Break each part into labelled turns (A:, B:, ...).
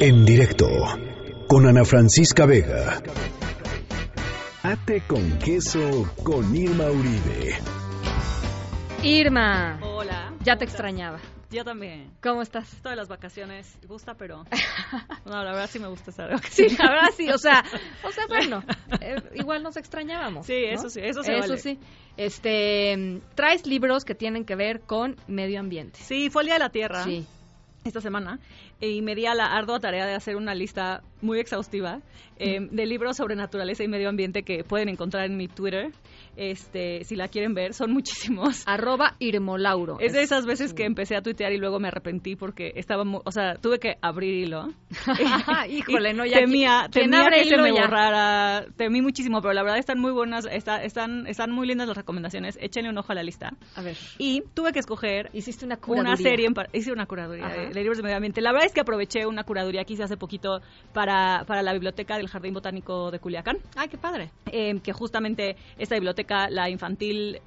A: En directo con Ana Francisca Vega. Ate con queso con Irma Uribe.
B: Irma,
C: Hola.
B: ya te extrañaba.
C: Yo también.
B: ¿Cómo estás?
C: Esto de las vacaciones gusta, pero. No, la verdad sí me gusta estar de
B: Sí,
C: vacaciones.
B: la verdad sí, o sea, o sea, bueno, eh, igual nos extrañábamos.
C: Sí,
B: ¿no?
C: eso sí, eso se vale.
B: sí. Este, mm, traes libros que tienen que ver con medio ambiente.
C: Sí, fue el Día de la Tierra
B: Sí.
C: esta semana eh, y me di a la ardua tarea de hacer una lista muy exhaustiva eh, de libros sobre naturaleza y medio ambiente que pueden encontrar en mi Twitter. Este, si la quieren ver, son muchísimos.
B: Arroba Irmolauro.
C: Es de esas veces que empecé a tuitear y luego me arrepentí porque estaba, mu- o sea, tuve que abrir hilo.
B: Híjole,
C: Y
B: no, ya.
C: temía,
B: ¿quién
C: temía
B: abre
C: que se
B: hilo
C: me
B: ya?
C: borrara, temí muchísimo, pero la verdad están muy buenas, está- están, están muy lindas las recomendaciones, échenle un ojo a la lista.
B: A ver,
C: Y tuve que escoger
B: hiciste una
C: una
B: curaduría.
C: serie, en par- hice una curaduría
B: Ajá.
C: de, de libros de medio ambiente. La verdad es que aproveché una curaduría que hice hace poquito para, para la biblioteca del Jardín Botánico de Culiacán,
B: Ay, qué padre.
C: eh, que justamente esta biblioteca, la infantil,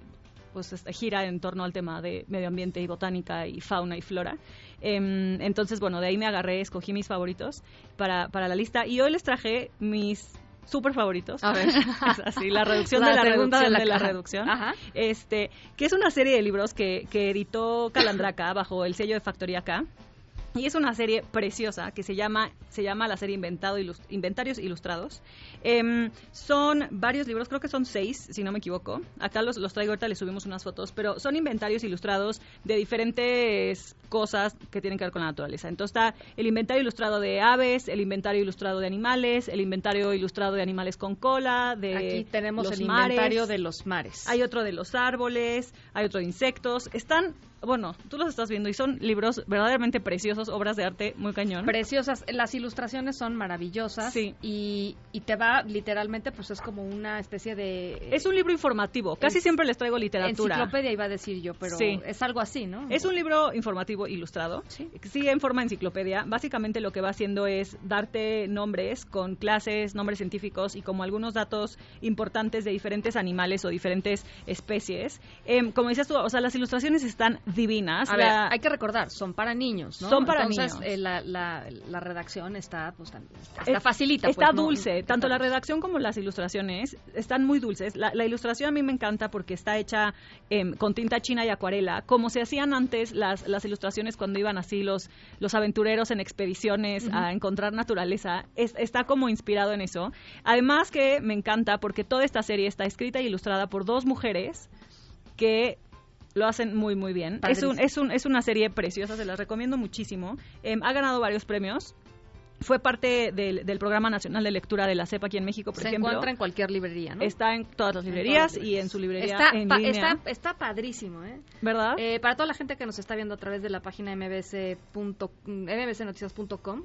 C: pues este, gira en torno al tema de medio ambiente y botánica y fauna y flora. Em, entonces, bueno, de ahí me agarré, escogí mis favoritos para, para la lista y hoy les traje mis super favoritos.
B: A ver.
C: Es así, la reducción de la
B: segunda
C: reducción de la,
B: ajá.
C: reducción.
B: Ajá.
C: Este, que es una serie de libros que, que editó Calandraca bajo el sello de Factoría K. Y es una serie preciosa que se llama, se llama la serie Inventado Ilus- Inventarios Ilustrados. Em, son varios libros, creo que son seis, si no me equivoco. Acá los, los traigo ahorita, les subimos unas fotos, pero son inventarios ilustrados de diferentes cosas que tienen que ver con la naturaleza. Entonces está el inventario ilustrado de aves, el inventario ilustrado de animales, el inventario ilustrado de animales con cola, de
B: Aquí tenemos
C: Eh, los
B: el
C: mares.
B: inventario de los mares.
C: Hay otro de los árboles, hay otro de insectos. Están, bueno, tú los estás viendo y son libros verdaderamente preciosos, obras de arte muy cañón.
B: preciosas. Las ilustraciones son maravillosas.
C: Sí.
B: Y, y te va literalmente, pues es como una especie de.
C: es un libro informativo, casi
B: Es-
C: siempre les traigo literatura.
B: Enciclopedia iba a decir yo, pero
C: Sí.
B: es algo así, ¿no?
C: Es un libro informativo ilustrado,
B: Sí.
C: sigue en forma enciclopedia. Básicamente lo que va haciendo es darte nombres con clases, nombres científicos y como algunos datos importantes de diferentes animales o diferentes especies. Em, como decías tú, o sea, las ilustraciones están divinas.
B: A
C: La-
B: ver, hay que recordar, son para niños, ¿no?
C: Son para
B: Entonces,
C: niños.
B: eh, la, la, la redacción está, pues, tan- está,
C: Eh,
B: facilita.
C: Está
B: pues, ¿no?
C: dulce.
B: Está
C: Tanto la
B: dulce.
C: redacción como las ilustraciones están muy dulces. La, la ilustración a mí me encanta porque está hecha em, con tinta china y acuarela, como se hacían antes las, las ilustraciones cuando iban así los, los aventureros en expediciones a encontrar naturaleza. Es- está como inspirado en eso. Además que me encanta porque toda esta serie está escrita y ilustrada por dos mujeres que lo hacen muy muy bien. Es,
B: Padrísimo.
C: un- es, un- es una serie preciosa, se las recomiendo muchísimo. Em, ha ganado varios premios. Fue parte del, del Programa Nacional de Lectura de la CEPA aquí en México, por
B: Se
C: ejemplo.
B: encuentra en cualquier librería, ¿no?
C: Está en todas las
B: En
C: librerías
B: todas las
C: y en su librería
B: Está,
C: en
B: pa-
C: línea,
B: está, está padrísimo, ¿eh?
C: ¿verdad?
B: Eh, para toda la gente que nos está viendo a través de la página mbc.com, mbcnoticias.com,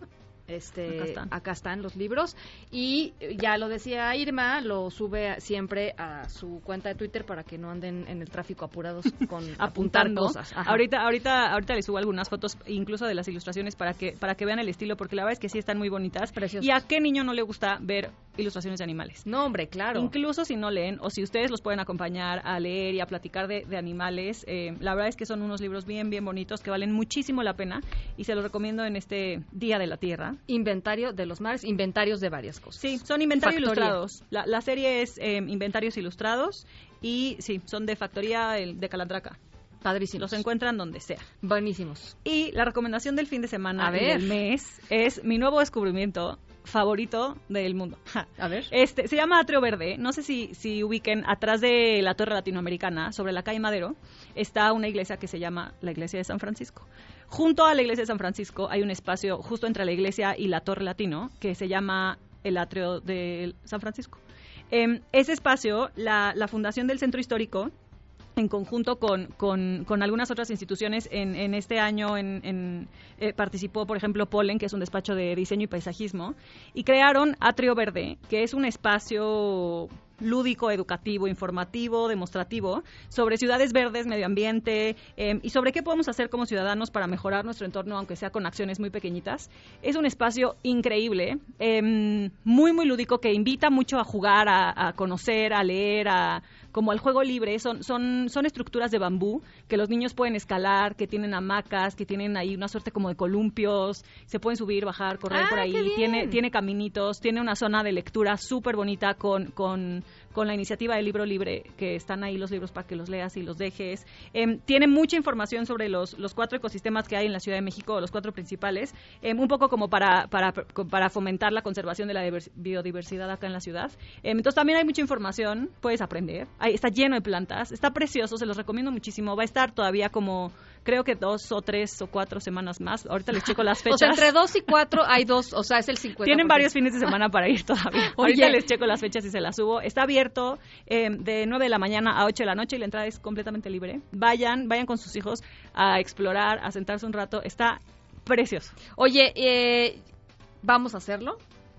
B: este,
C: Acá están.
B: los libros. Y eh, ya lo decía Irma, lo sube a- siempre a su cuenta de Twitter para que no anden en el tráfico apurados con apuntar
C: apuntando.
B: cosas. Ajá.
C: Ahorita, ahorita, ahorita les subo algunas fotos, incluso de las ilustraciones, para que, para que vean el estilo, porque la verdad es que sí están muy bonitas.
B: Preciosas.
C: ¿Y a qué niño no le gusta ver ilustraciones de animales?
B: No, hombre, claro.
C: Incluso si no leen, o si ustedes los pueden acompañar a leer y a platicar de, de animales, eh, la verdad es que son unos libros bien, bien bonitos que valen muchísimo la pena y se los recomiendo en este Día de la Tierra.
B: Inventario de los mares, inventarios de varias cosas.
C: Sí, son inventarios
B: Factoría.
C: ilustrados. La, la serie es eh, Inventarios Ilustrados y sí, son de Factoría el- de Calandraca.
B: Padrísimos.
C: Los encuentran donde sea.
B: Buenísimos.
C: Y la recomendación del fin de semana
B: A
C: y
B: ver.
C: del mes es mi nuevo descubrimiento favorito del mundo. Ja.
B: A ver.
C: Este, se llama Atrio Verde. No sé si, si ubiquen atrás de la Torre Latinoamericana, sobre la calle Madero, está una iglesia que se llama la Iglesia de San Francisco. Junto a la Iglesia de San Francisco hay un espacio justo entre la iglesia y la Torre Latino que se llama el Atrio de San Francisco. Em, ese espacio, la, la fundación del centro histórico en conjunto con, con- con algunas otras instituciones. En, en este año en- en, eh, participó, por ejemplo, Polen, que es un despacho de diseño y paisajismo, y crearon Atrio Verde, que es un espacio lúdico, educativo, informativo, demostrativo, sobre ciudades verdes, medio ambiente eh, y sobre qué podemos hacer como ciudadanos para mejorar nuestro entorno, aunque sea con acciones muy pequeñitas. Es un espacio increíble, eh, muy, muy lúdico, que invita mucho a jugar, a, a conocer, a leer, a como al juego libre. Son, son, son estructuras de bambú que los niños pueden escalar, que tienen hamacas, que tienen ahí una suerte como de columpios, se pueden subir, bajar, correr
B: Ah,
C: por
B: qué
C: ahí.
B: bien.
C: Tiene, tiene caminitos, tiene una zona de lectura súper bonita con, con, con la iniciativa del libro libre, que están ahí los libros para que los leas y los dejes. Em, tiene mucha información sobre los, los cuatro ecosistemas que hay en la Ciudad de México, los cuatro principales, em, un poco como para, para, para fomentar la conservación de la divers- biodiversidad acá en la ciudad. Em, entonces también hay mucha información, puedes aprender. Ahí está lleno de plantas, está precioso, se los recomiendo muchísimo. Va a estar todavía como creo que dos o tres o cuatro semanas más. Ahorita les checo las fechas.
B: O sea, entre 2 y 4 hay dos, o sea, es el 50.
C: Tienen varios fines de semana para ir todavía. Ahorita
B: Oye.
C: les checo las fechas y se las subo. Está abierto eh, de 9 de la mañana a 8 de la noche y la entrada es completamente libre. Vayan, vayan con sus hijos a explorar, a sentarse un rato. Está precioso.
B: Oye, eh, vamos a hacerlo.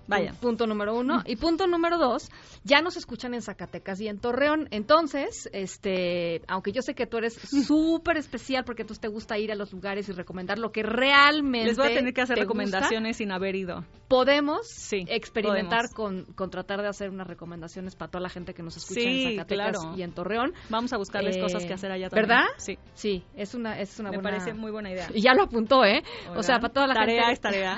C: Vayan.
B: Pun- Punto número uno. Y punto número dos, ya nos escuchan en Zacatecas y en Torreón. Entonces, este, aunque yo sé que tú eres súper especial porque tú te gusta ir a los lugares y recomendar lo que realmente.
C: Les voy a tener que hacer
B: te gusta,
C: recomendaciones sin haber ido.
B: podemos
C: Sí,
B: experimentar
C: podemos.
B: Con, con tratar de hacer unas recomendaciones para toda la gente que nos escucha
C: Sí,
B: en Zacatecas
C: claro.
B: y en Torreón.
C: Vamos a buscarles
B: Eh,
C: cosas que hacer allá también.
B: ¿verdad?
C: Sí.
B: Sí, es una, es una
C: Me
B: buena.
C: parece muy buena idea.
B: Y ya lo apuntó, ¿eh? o sea,
C: Oigan,
B: para toda la
C: tarea
B: gente.
C: es tarea.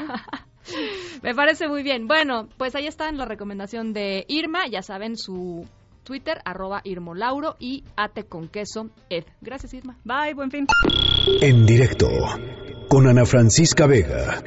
B: Me parece muy bien. Bueno, pues ahí está la recomendación de Irma. Ya saben, su Twitter, arroba Irmolauro y ate con queso Ed. Gracias, Irma.
C: Bye, buen fin.
A: En directo con Ana Francisca Vega.